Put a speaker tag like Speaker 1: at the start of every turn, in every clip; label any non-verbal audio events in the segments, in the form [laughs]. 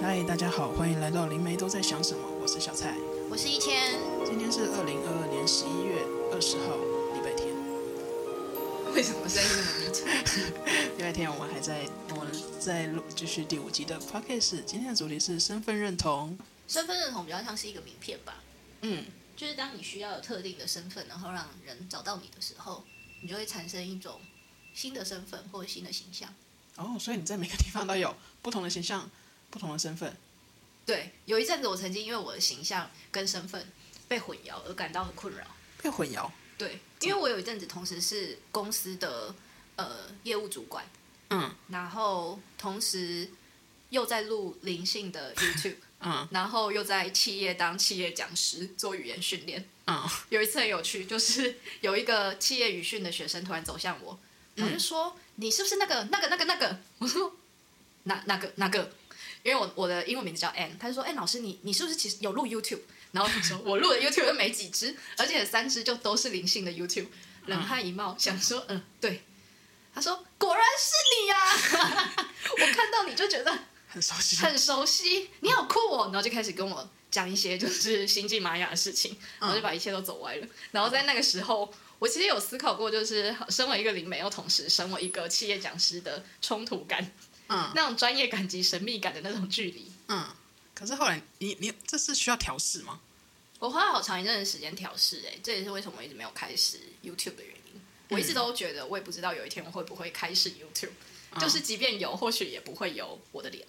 Speaker 1: 嗨，大家好，欢迎来到灵媒都在想什么，我是小蔡。
Speaker 2: 我是一千，
Speaker 1: 今天是二零二二年十一月二十号，礼拜天。
Speaker 2: 为什么声音那么低沉？
Speaker 1: 礼拜天我们还在，我们在录继续第五集的 podcast。今天的主题是身份认同。
Speaker 2: 身份认同比较像是一个名片吧，
Speaker 1: 嗯，
Speaker 2: 就是当你需要有特定的身份，然后让人找到你的时候，你就会产生一种新的身份或者新的形象。
Speaker 1: 哦，所以你在每个地方都有不同的形象、不同的身份。
Speaker 2: 对，有一阵子我曾经因为我的形象跟身份被混淆而感到很困扰。
Speaker 1: 被混淆，
Speaker 2: 对，因为我有一阵子同时是公司的呃业务主管，
Speaker 1: 嗯
Speaker 2: 然后同时又在录灵性的 YouTube，
Speaker 1: 嗯
Speaker 2: 然后又在企业当企业讲师做语言训练。
Speaker 1: 嗯， [laughs]
Speaker 2: 有一次很有趣，就是 [laughs] 有一个企业语训的学生突然走向我，我就说：“你是不是那个那个那个那个？” [laughs] 我说：“哪哪个哪个？”因为我我的英文名字叫 Ann，他就说：“哎、老师你你是不是其实有录 YouTube？” 然后我说：“我录的 YouTube 又没几支，而且三支就都是灵性的 YouTube。”冷汗一冒，想说：“嗯，对。”他说：“果然是你呀、 [laughs] 我看到你就觉得
Speaker 1: 很熟悉。
Speaker 2: 很熟悉，你好酷哦！然后就开始跟我讲一些就是星际玛雅的事情，然后就把一切都走歪了。然后在那个时候，我其实有思考过，就是身为一个灵媒，又同时身为一个企业讲师的冲突感，
Speaker 1: 嗯
Speaker 2: 那种专业感及神秘感的那种距离，
Speaker 1: 嗯。可是后来你你这是需要调试吗？
Speaker 2: 我花了好长一阵的时间调试。哎，这也是为什么我一直没有开始 YouTube 的原因。我一直都觉得，我也不知道有一天我会不会开始 YouTube，、就是即便有，或许也不会有我的脸。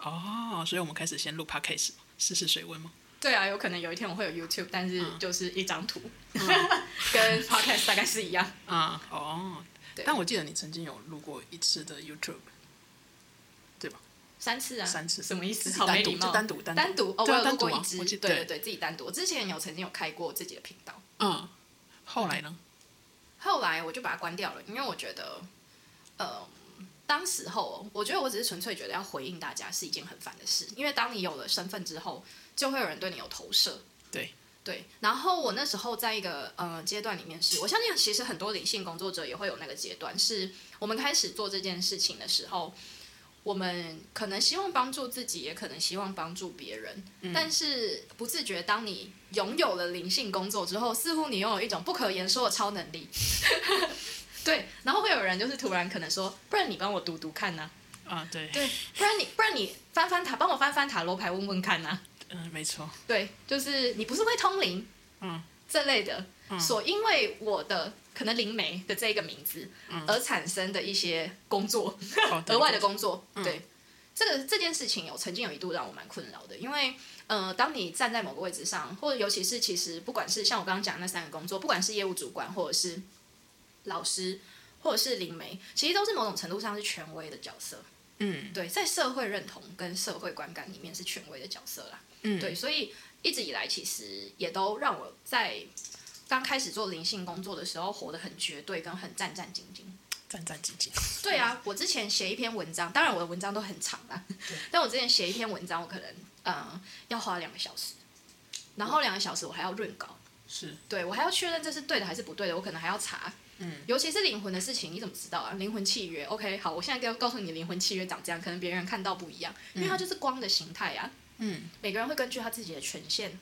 Speaker 1: 哦，所以我们开始先录 podcast 试试水温吗？
Speaker 2: 对啊，有可能有一天我会有 YouTube，但
Speaker 1: 嗯
Speaker 2: 是就是一张图， [laughs] 跟 Podcast 大概是一样。
Speaker 1: 啊、哦，
Speaker 2: 对
Speaker 1: 但我记得你曾经有录过一次的 YouTube，对吧？
Speaker 2: 三次啊，
Speaker 1: 三次
Speaker 2: 什么意思？
Speaker 1: 自己
Speaker 2: 好没
Speaker 1: 单独
Speaker 2: 礼貌。
Speaker 1: 就单独单
Speaker 2: 单
Speaker 1: 独
Speaker 2: 哦，
Speaker 1: 对啊
Speaker 2: 我有录
Speaker 1: 单独
Speaker 2: 过一
Speaker 1: 啊
Speaker 2: 支，
Speaker 1: 我记
Speaker 2: 对
Speaker 1: 得
Speaker 2: 对对，自己单独。我之前有曾经有开过自己的频道，
Speaker 1: 嗯，后来呢？
Speaker 2: 后来我就把它关掉了，因为我觉得，呃，当时候我觉得我只是纯粹觉得要回应大家是一件很烦的事，因为当你有了身份之后，就会有人对你有投射。
Speaker 1: 对
Speaker 2: 对，然后我那时候在一个呃阶段里面是，我相信其实很多灵性工作者也会有那个阶段，是我们开始做这件事情的时候，我们可能希望帮助自己，也可能希望帮助别人，但是不自觉，当你拥有了灵性工作之后，似乎你拥有一种不可言说的超能力。对，然后会有人就是突然可能说，不然你帮我读读看呐、
Speaker 1: 啊，对，
Speaker 2: 嗯对，不然你不然你翻翻塔，帮我翻翻塔罗牌问问看呐、啊
Speaker 1: 嗯、没错，
Speaker 2: 对，就是你不是会通灵，
Speaker 1: 嗯，
Speaker 2: 这类的，所因为我的可能灵媒的这个名字、而产生的一些工作，
Speaker 1: 哦
Speaker 2: 额外的，工作，对。这个这件事情有曾经有一度让我蛮困扰的，因为呃，当你站在某个位置上，或者尤其是其实不管是像我刚刚讲的那三个工作，不管是业务主管，或者是老师，或者是灵媒，其实都是某种程度上是权威的角色。
Speaker 1: 嗯
Speaker 2: 对，在社会认同跟社会观感里面是权威的角色啦。
Speaker 1: 嗯，
Speaker 2: 对，，所以一直以来其实也都让我在刚开始做灵性工作的时候活得很绝对跟很战战兢兢。
Speaker 1: 战战兢兢，
Speaker 2: 对啊，我之前写一篇文章，当然我的文章都很长啦， [laughs] 但我之前写一篇文章，我可能呃要花两个小时，然后两个小时我还要润稿，
Speaker 1: 是，
Speaker 2: 对我还要确认这是对的还是不对的，我可能还要查。
Speaker 1: 嗯，
Speaker 2: 尤其是灵魂的事情，你怎么知道啊？灵魂契约，OK，好，我现在跟告诉你灵魂契约长这样，可能别人看到不一样，因为它就是光的形态啊。
Speaker 1: 嗯，
Speaker 2: 每个人会根据他自己的权限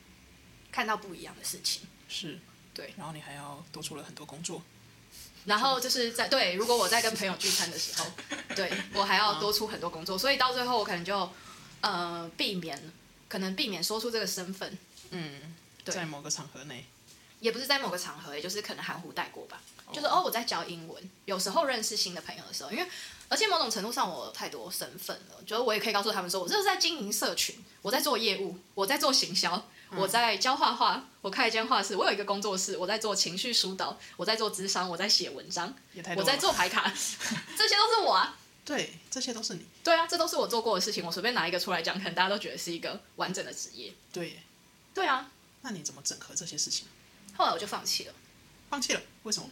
Speaker 2: 看到不一样的事情。
Speaker 1: 是，
Speaker 2: 对嗯
Speaker 1: 然后你还要多出了很多工作，
Speaker 2: 然后就是在对，如果我在跟朋友聚餐的时候，对我还要多出很多工作，所以到最后我可能就呃避免，可能避免说出这个身份，
Speaker 1: 嗯，
Speaker 2: 对
Speaker 1: 在某个场合内，
Speaker 2: 也不是在某个场合，也就是可能含糊带过吧。就是哦，我在教英文，有时候认识新的朋友的时候，因为而且某种程度上我有太多身份了，就是我也可以告诉他们说，我这是在经营社群，我在做业务，我在做行销，我在教画画，我开一间画室，我有一个工作室，我在做情绪疏导，我在做智商，我在写文章，
Speaker 1: 也太多
Speaker 2: 我
Speaker 1: 了
Speaker 2: 在做牌卡，这些都是我啊。
Speaker 1: 对，这些都是你，
Speaker 2: 对啊，这都是我做过的事情，我随便拿一个出来讲，可能大家都觉得是一个完整的职业。
Speaker 1: 对耶，
Speaker 2: 对啊，
Speaker 1: 那你怎么整合这些事情？
Speaker 2: 后来我就放弃了。
Speaker 1: 放弃了？为什么？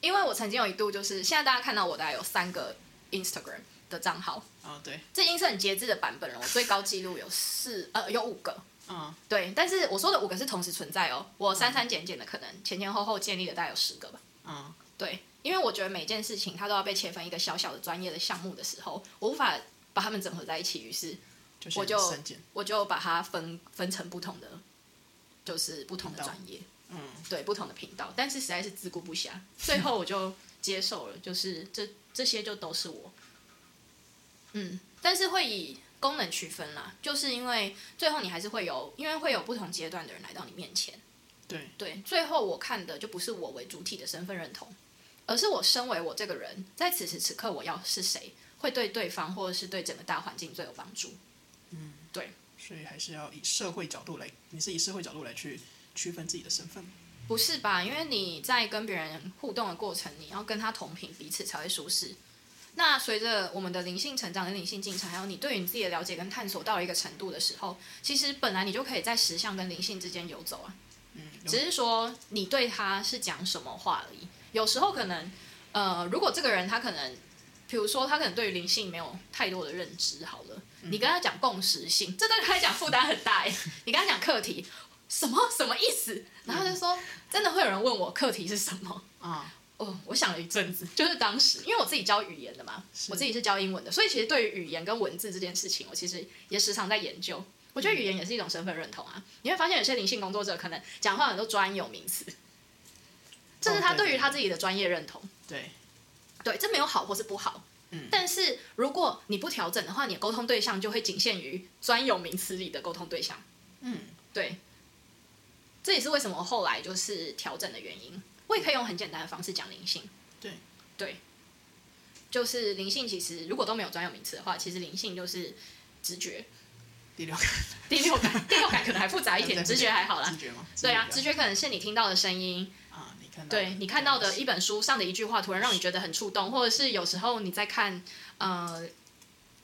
Speaker 2: 因为我曾经有一度就是，现在大家看到我大概有三个 Instagram 的账号，
Speaker 1: 啊、对，
Speaker 2: 这已经是很节制的版本了。我最高记录有四呃有五个，
Speaker 1: 嗯，
Speaker 2: 对，但是我说的五个是同时存在哦，我删删减减的可能前前后后建立了大概有十个吧。
Speaker 1: 嗯，
Speaker 2: 对，因为我觉得每件事情它都要被切分一个小小的专业的项目的时候，我无法把它们整合在一起，于是
Speaker 1: 就
Speaker 2: 我
Speaker 1: 选
Speaker 2: 就
Speaker 1: 三件，
Speaker 2: 我就把它分分成不同的，就是不同的
Speaker 1: 频道
Speaker 2: 专业，
Speaker 1: 嗯，
Speaker 2: 对不同的频道，但是实在是自顾不暇，最后我就接受了，就是这这些就都是我，嗯，但是会以功能区分啦，就是因为最后你还是会有，因为会有不同阶段的人来到你面前，
Speaker 1: 对
Speaker 2: 对，最后我看的就不是我为主体的身份认同，而是我身为我这个人，在此时此刻我要是谁，会对对方或者是对整个大环境最有帮助。
Speaker 1: 所以还是要以社会角度来，你是以社会角度来去区分自己的身份吗。
Speaker 2: 不是吧？因为你在跟别人互动的过程，你要跟他同频，彼此才会舒适。那随着我们的灵性成长跟灵性进程，还有你对于你自己的了解跟探索到了一个程度的时候，其实本来你就可以在实相跟灵性之间游走啊。
Speaker 1: 嗯，
Speaker 2: 只是说你对他是讲什么话而已。有时候可能，呃，如果这个人他可能，比如说他可能对于灵性没有太多的认知，好了，你跟他讲共识性，这对他来讲负担很大哎。你跟他讲课题，什么什么意思？然后他就说，真的会有人问我课题是什么？
Speaker 1: 啊，
Speaker 2: 哦，我想了一阵子，就是当时因为我自己教语言的嘛，
Speaker 1: 是
Speaker 2: 我自己是教英文的，所以其实对于语言跟文字这件事情，我其实也时常在研究。我觉得语言也是一种身份认同啊。你会发现有些灵性工作者可能讲话很多专有名词，这是他
Speaker 1: 哦对
Speaker 2: 对于他自己的专业认同。
Speaker 1: 对，
Speaker 2: 对，这没有好或是不好。
Speaker 1: 嗯
Speaker 2: 但是如果你不调整的话，你的沟通对象就会仅限于专有名词里的沟通对象。
Speaker 1: 嗯，
Speaker 2: 对，这也是为什么我后来就是调整的原因。我也可以用很简单的方式讲灵性。
Speaker 1: 对
Speaker 2: 对，就是灵性，其实如果都没有专有名词的话，其实灵性就是直觉、
Speaker 1: 第六个
Speaker 2: 第六感，第六感可能还复杂一
Speaker 1: [laughs]
Speaker 2: 点，直觉还好啦
Speaker 1: 直。觉吗？
Speaker 2: 对啊，
Speaker 1: 比较
Speaker 2: 直觉可能是你听到的声音，
Speaker 1: 啊，你看到
Speaker 2: 对你看到的一本书上的一句话，突然让你觉得很触动，或者是有时候你在看呃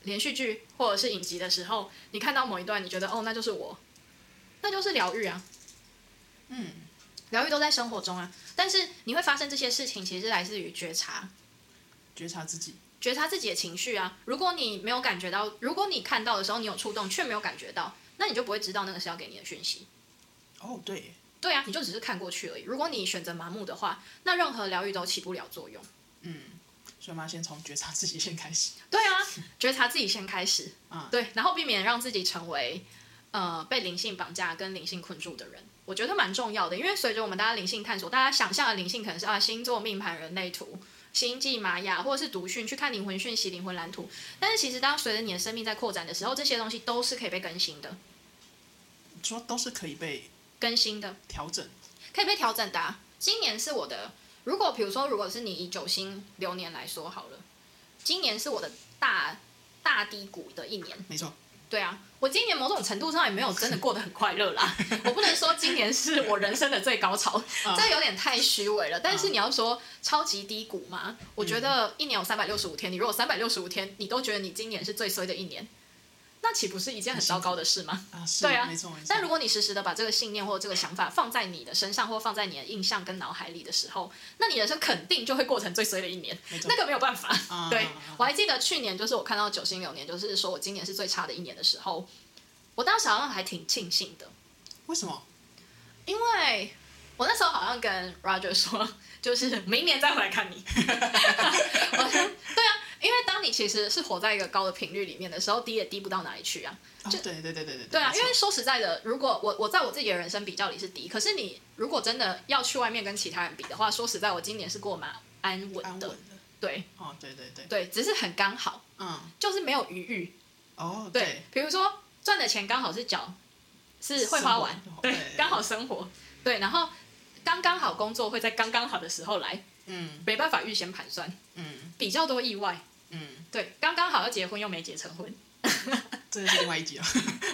Speaker 2: 连续剧或者是影集的时候，你看到某一段，你觉得哦，那就是我，那就是疗愈啊。
Speaker 1: 嗯，
Speaker 2: 疗愈都在生活中啊，但是你会发生这些事情，其实来自于觉察，
Speaker 1: 觉察自己，
Speaker 2: 觉察自己的情绪啊。如果你没有感觉到，如果你看到的时候你有触动却没有感觉到，那你就不会知道那个是要给你的讯息。
Speaker 1: 哦，对，
Speaker 2: 对啊，你就只是看过去而已。如果你选择麻木的话，那任何疗愈都起不了作用。
Speaker 1: 嗯，所以我们要先从觉察自己先开始
Speaker 2: 对啊，嗯觉察自己先开始
Speaker 1: 啊
Speaker 2: 对，然后避免让自己成为呃被灵性绑架跟灵性困住的人，我觉得蛮重要的。因为随着我们大家灵性探索，大家想象的灵性可能是啊星座、命盘、人类图、星际、玛雅，或者是读讯去看灵魂讯息、灵魂蓝图。但是其实，当随着你的生命在扩展的时候，这些东西都是可以被更新的，
Speaker 1: 说都是可以被
Speaker 2: 更新的。
Speaker 1: 调整，
Speaker 2: 可以被调整的啊、今年是我的，如果比如说，如果是你以九星流年来说好了，今年是我的大大低谷的一年。
Speaker 1: 没错，
Speaker 2: 对啊，我今年某种程度上也没有真的过得很快乐啦。我不能说今年是我人生的最高潮，
Speaker 1: 啊
Speaker 2: 这有点太虚伪了。但是你要说超级低谷嘛，我觉得一年有三百六十五天，你如果三百六十五天你都觉得你今年是最衰的一年，那岂不是一件很糟糕的事吗？
Speaker 1: 啊，是，
Speaker 2: 对啊
Speaker 1: 没错，没错，
Speaker 2: 但如果你时时的把这个信念或者这个想法放在你的身上，或放在你的印象跟脑海里的时候，那你人生肯定就会过成最衰的一年
Speaker 1: 没，错
Speaker 2: 那个没有办法。
Speaker 1: 啊
Speaker 2: 对
Speaker 1: 啊啊
Speaker 2: 我还记得去年，就是我看到九星流年，就是说我今年是最差的一年的时候，我当时好像还挺庆幸的，
Speaker 1: 为什么？
Speaker 2: 因为我那时候好像跟 Roger 说，就是明年再回来
Speaker 1: [laughs]
Speaker 2: 看你。我说对啊，因为当你其实是活在一个高的频率里面的时候，低也低不到哪里去啊。
Speaker 1: 哦，对对对对对
Speaker 2: 对啊，
Speaker 1: 没
Speaker 2: 因
Speaker 1: 错
Speaker 2: 为说实在的，如果我我在我自己的人生比较里是低，可是你如果真的要去外面跟其他人比的话，说实在，我今年是过蛮安稳的，
Speaker 1: 安稳的，
Speaker 2: 对
Speaker 1: 哦，对对对，
Speaker 2: 对，只是很刚好，
Speaker 1: 嗯，
Speaker 2: 就是没有余裕。
Speaker 1: 哦，
Speaker 2: 对，，比如说赚的钱刚好是缴，是会花完
Speaker 1: 生活，
Speaker 2: 对
Speaker 1: 对，
Speaker 2: 刚好生活，对，然后刚刚好工作会在刚刚好的时候来，
Speaker 1: 嗯
Speaker 2: 没办法预先盘算，
Speaker 1: 嗯
Speaker 2: 比较多意外。
Speaker 1: 嗯，
Speaker 2: 对，刚刚好要结婚又没结成婚，
Speaker 1: 这是另外一 [laughs] 集啊，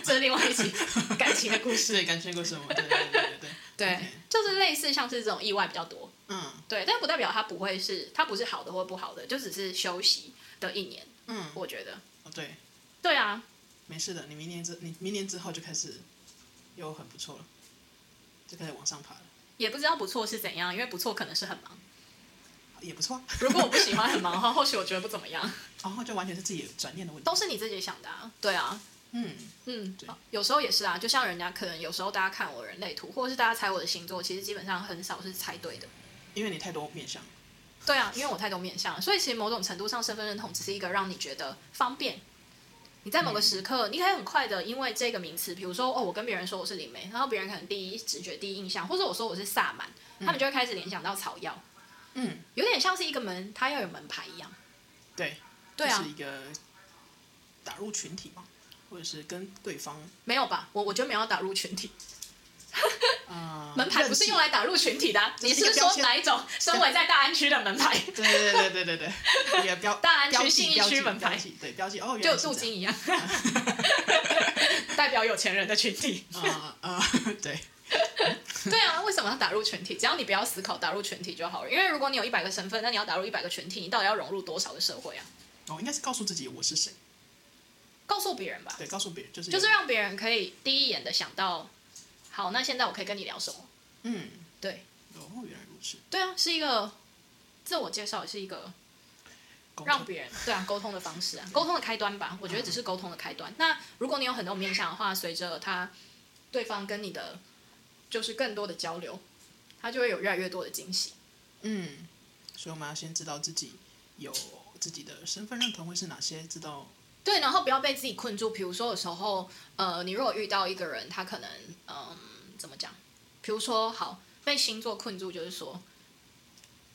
Speaker 2: 这是另外一集感情的
Speaker 1: [laughs]
Speaker 2: 故事。
Speaker 1: 对，感情故事嘛，对对对对对，
Speaker 2: 对
Speaker 1: OK，
Speaker 2: 就是类似像是这种意外比较多。
Speaker 1: 嗯
Speaker 2: 对，但不代表它不会是它不是好的或不好的，就只是休息的一年，
Speaker 1: 嗯，
Speaker 2: 我觉得。
Speaker 1: 哦对，
Speaker 2: 对啊，
Speaker 1: 没事的，你明年之你明年之后就开始又很不错了，就开始往上爬了，
Speaker 2: 也不知道不错是怎样，因为不错可能是很忙。
Speaker 1: 也不错啊，
Speaker 2: 如果我不喜欢很忙的 [laughs] 话，或许我觉得不怎么样，
Speaker 1: 然后就完全是自己的转念的问题，
Speaker 2: 都是你自己想的、啊。对啊，
Speaker 1: 嗯，
Speaker 2: 嗯
Speaker 1: 对，
Speaker 2: 有时候也是啊，就像人家可能有时候大家看我人类图，或者是大家猜我的星座，其实基本上很少是猜对的。
Speaker 1: 因为你太多面向，
Speaker 2: 对啊，因为我太多面向了，所以其实某种程度上身份认同只是一个让你觉得方便，你在某个时刻，你可以很快的因为这个名词，比如说哦，我跟别人说我是灵媒，然后别人可能第一直觉、第一印象，或者我说我是萨满，他们就会开始联想到草药，
Speaker 1: 嗯，
Speaker 2: 有点像是一个门，它要有门牌一样。
Speaker 1: 对，
Speaker 2: 对啊
Speaker 1: 就是，一个打入群体嘛，或者是跟对方
Speaker 2: 没有吧？我我觉得没有要打入群体， [laughs]
Speaker 1: 啊、呃
Speaker 2: 门牌不是用来打入群体的啊、
Speaker 1: 这
Speaker 2: 你
Speaker 1: 是一
Speaker 2: 是
Speaker 1: 个
Speaker 2: 说
Speaker 1: 标签
Speaker 2: 哪一种？身为在大安区的门 [laughs] 牌，
Speaker 1: 认识对对对对对对对，也
Speaker 2: [laughs]
Speaker 1: 标
Speaker 2: 大安区
Speaker 1: 标
Speaker 2: 信
Speaker 1: 记
Speaker 2: 义
Speaker 1: 标
Speaker 2: 区
Speaker 1: 记
Speaker 2: 门牌
Speaker 1: 标记对标记哦，原
Speaker 2: 就
Speaker 1: 来是这
Speaker 2: 镀
Speaker 1: 样
Speaker 2: 金一样， [laughs] 代表有钱人的群体。
Speaker 1: 啊啊、 [laughs] 对，
Speaker 2: 对啊，为什么要打入群体？只要你不要思考打入群体就好了。因为如果你有一百个身份，那你要打入一百个群体，你到底要融入多少个社会啊？
Speaker 1: 哦，应该是告诉自己我是谁，
Speaker 2: 告诉别人吧，
Speaker 1: 对，告诉别人就是
Speaker 2: 就是让别人可以第一眼的想到，好，那现在我可以跟你聊什么？
Speaker 1: 嗯，
Speaker 2: 对，
Speaker 1: 哦，原来如此，
Speaker 2: 对啊，是一个自我介绍，也是一个
Speaker 1: 沟通
Speaker 2: 让别人对啊沟通的方式啊，沟通的开端吧。我觉得只是沟通的开端。那如果你有很多面向的话，随着他对方跟你的就是更多的交流，他就会有越来越多的惊喜。
Speaker 1: 嗯，所以我们要先知道自己有自己的身份认同会是哪些，知道
Speaker 2: 对，然后不要被自己困住。比如说，有时候，呃，你如果遇到一个人，他可能，嗯、怎么讲？比如说，好，被星座困住，就是说，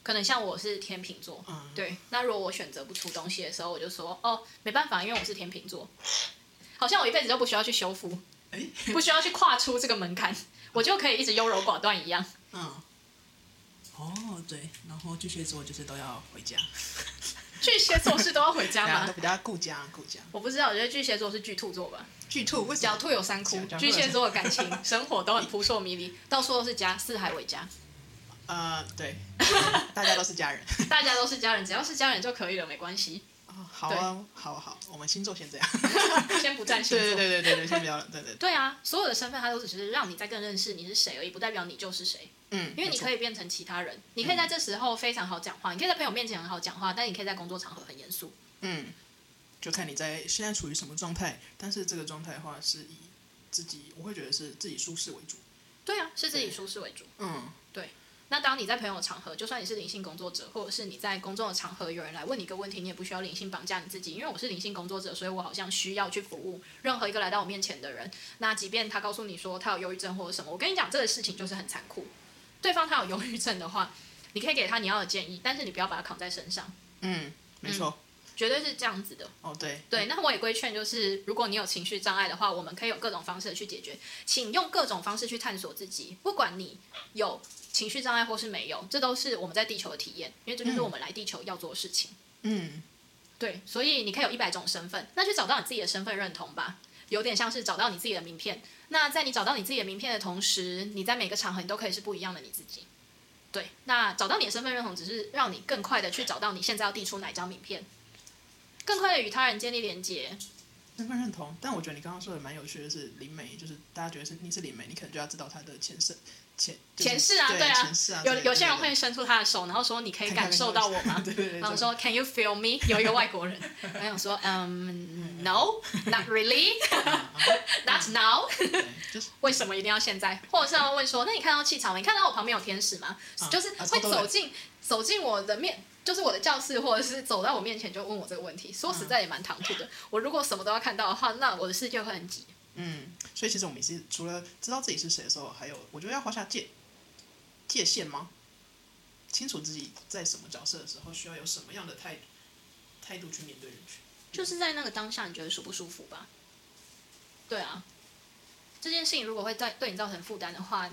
Speaker 2: 可能像我是天秤座，
Speaker 1: 嗯
Speaker 2: 对，那如果我选择不出东西的时候，我就说，哦，没办法，因为我是天秤座，好像我一辈子都不需要去修复，
Speaker 1: 哎， [laughs]
Speaker 2: 不需要去跨出这个门槛，我就可以一直优柔寡断一样。
Speaker 1: 嗯，哦对，然后巨蟹座就是都要回家，
Speaker 2: 巨蟹座是都要回
Speaker 1: [laughs]
Speaker 2: 家
Speaker 1: 大啊家都
Speaker 2: 吗？
Speaker 1: 比较顾家顾家，
Speaker 2: 我不知道，我觉得巨蟹座是巨兔座吧。
Speaker 1: 巨兔为什
Speaker 2: 狡
Speaker 1: 么？
Speaker 2: 兔有三窟
Speaker 1: 狡兔，有
Speaker 2: 巨蟹座的感情生活都很扑朔迷离，到处都是家，四海为家，
Speaker 1: 呃，
Speaker 2: [laughs]
Speaker 1: 对，大家都是家人。 [laughs]
Speaker 2: 大家都是家人，只要是家人就可以了，没关系。
Speaker 1: 哦好啊，好啊好，我们星座先这
Speaker 2: [laughs]
Speaker 1: 样。
Speaker 2: 先不占星
Speaker 1: 对
Speaker 2: 座。
Speaker 1: 对对对对对，先不要了。对对对，
Speaker 2: 对啊，所有的身份它都只是让你再更认识你是谁而已，不代表你就是谁，
Speaker 1: 嗯，
Speaker 2: 因为你
Speaker 1: 以，
Speaker 2: 可以变成其他人。你可以在这时候非常好讲话，你可以在朋友面前很好讲话，但你可以在工作场合很严肃。
Speaker 1: 嗯，就看你在现在处于什么状态，但是这个状态的话是以自己，我会觉得是自己舒适为主。
Speaker 2: 对啊，是自己舒适为主。
Speaker 1: 嗯，
Speaker 2: 那当你在朋友场合，就算你是灵性工作者，或者是你在公众的场合有人来问你一个问题，你也不需要灵性绑架你自己，因为我是灵性工作者，所以我好像需要去服务任何一个来到我面前的人。那即便他告诉你说他有忧郁症或者什么，我跟你讲这个事情就是很残酷。对方他有忧郁症的话，你可以给他你要的建议，但是你不要把它扛在身上，
Speaker 1: 嗯，没错。
Speaker 2: 绝对是这样子的。
Speaker 1: 哦，对，
Speaker 2: 对，那我也规劝，就是如果你有情绪障碍的话，我们可以有各种方式去解决，请用各种方式去探索自己，不管你有情绪障碍或是没有，这都是我们在地球的体验，因为这就是我们来地球要做的事情。
Speaker 1: 嗯，
Speaker 2: 对，所以你可以有一百种身份，那去找到你自己的身份认同吧，有点像是找到你自己的名片。那在你找到你自己的名片的同时，你在每个场合你都可以是不一样的你自己。对，那找到你的身份认同，只是让你更快的去找到你现在要递出哪一张名片，更快的与他人建立连接。
Speaker 1: 身份认同。但我觉得你刚刚说的蛮有趣的是灵媒，就是大家觉得是你是灵媒，你可能就要知道他的前世、前就是
Speaker 2: 前世啊，
Speaker 1: 对
Speaker 2: 对啊
Speaker 1: 前世啊，，
Speaker 2: 有
Speaker 1: 对
Speaker 2: 有些人。
Speaker 1: 对
Speaker 2: 会伸出他的手，然后说：“你可以感受到我吗
Speaker 1: [laughs] 对对对，？”
Speaker 2: 然后
Speaker 1: 这样
Speaker 2: 说：“Can you feel me？” 有一个外国人，我想说：“嗯、n o
Speaker 1: [laughs]
Speaker 2: not really,
Speaker 1: 嗯嗯
Speaker 2: not now。
Speaker 1: 对就是”
Speaker 2: 为什么一定要现在？或者是要问说：“那你看到气场吗？你看到我旁边有天使吗？”
Speaker 1: 啊
Speaker 2: 就是
Speaker 1: 啊超
Speaker 2: 会
Speaker 1: 多
Speaker 2: 走
Speaker 1: 的
Speaker 2: 进走进我的面，就是我的教室，或者是走到我面前就问我这个问题。说实在也蛮唐突的。我如果什么都要看到的话，那我的世界会很挤。
Speaker 1: 嗯，所以其实我们也是除了知道自己是谁的时候，还有我觉得要画下界界限吗？清楚自己在什么角色的时候，需要有什么样的态度态度去面对人群。
Speaker 2: 就是在那个当下，你觉得舒不舒服吧？对啊，这件事情如果会在对你造成负担的话，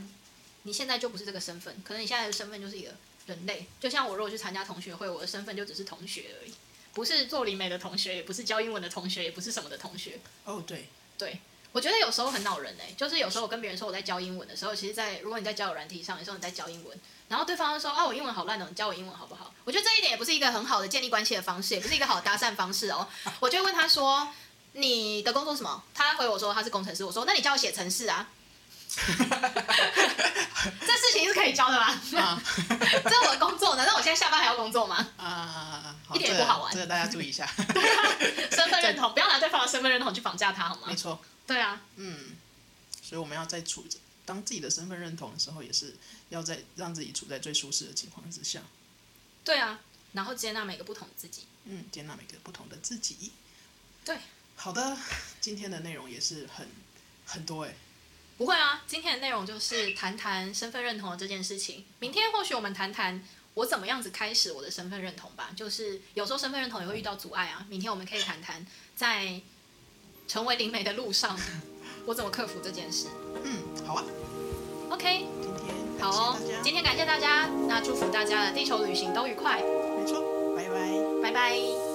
Speaker 2: 你现在就不是这个身份，可能你现在的身份就是一个人类。就像我如果去参加同学会，我的身份就只是同学而已，不是做灵媒的同学，也不是教英文的同学，也不是什么的同学。
Speaker 1: 哦，对，
Speaker 2: 对，我觉得有时候很恼人哎、就是有时候我跟别人说我在教英文的时候，其实在如果你在交友软体上，你说你在教英文，然后对方就说啊我英文好烂哦，你教我英文好不好？我觉得这一点也不是一个很好的建立关系的方式，也不是一个好的搭讪方式哦。 [laughs] 我就会问他说你的工作是什么？他回我说他是工程师，我说那你教我写程式啊。这事情是可以教的吗？
Speaker 1: [laughs] 啊
Speaker 2: 这是我的工作，难道我现在下班还要工作
Speaker 1: [laughs]
Speaker 2: 吗？
Speaker 1: 啊，好
Speaker 2: 一点也
Speaker 1: 这个
Speaker 2: 不好玩
Speaker 1: 这个大家注意一下，
Speaker 2: 身份认同，不要拿对方的身份认同去绑架他好吗
Speaker 1: 没？错，
Speaker 2: 对啊，
Speaker 1: 嗯，所以我们要在处当自己的身份认同的时候，也是要在让自己处在最舒适的情况之下，
Speaker 2: 对啊，然后接纳每个不同的自己。
Speaker 1: 嗯，接纳每个不同的自己。
Speaker 2: 对，
Speaker 1: 好的，今天的内容也是很很多哎、
Speaker 2: 不会啊，今天的内容就是谈谈身份认同的这件事情。明天或许我们谈谈我怎么样子开始我的身份认同吧。就是有时候身份认同也会遇到阻碍啊。明天我们可以谈谈在成为灵媒的路上，我怎么克服这件事。
Speaker 1: 嗯，好啊，
Speaker 2: OK，
Speaker 1: 今天
Speaker 2: 好
Speaker 1: 感
Speaker 2: 哦
Speaker 1: 谢，大家，
Speaker 2: 今天感谢大家，那祝福大家的地球旅行都愉快，
Speaker 1: 没错，拜拜。
Speaker 2: 拜拜。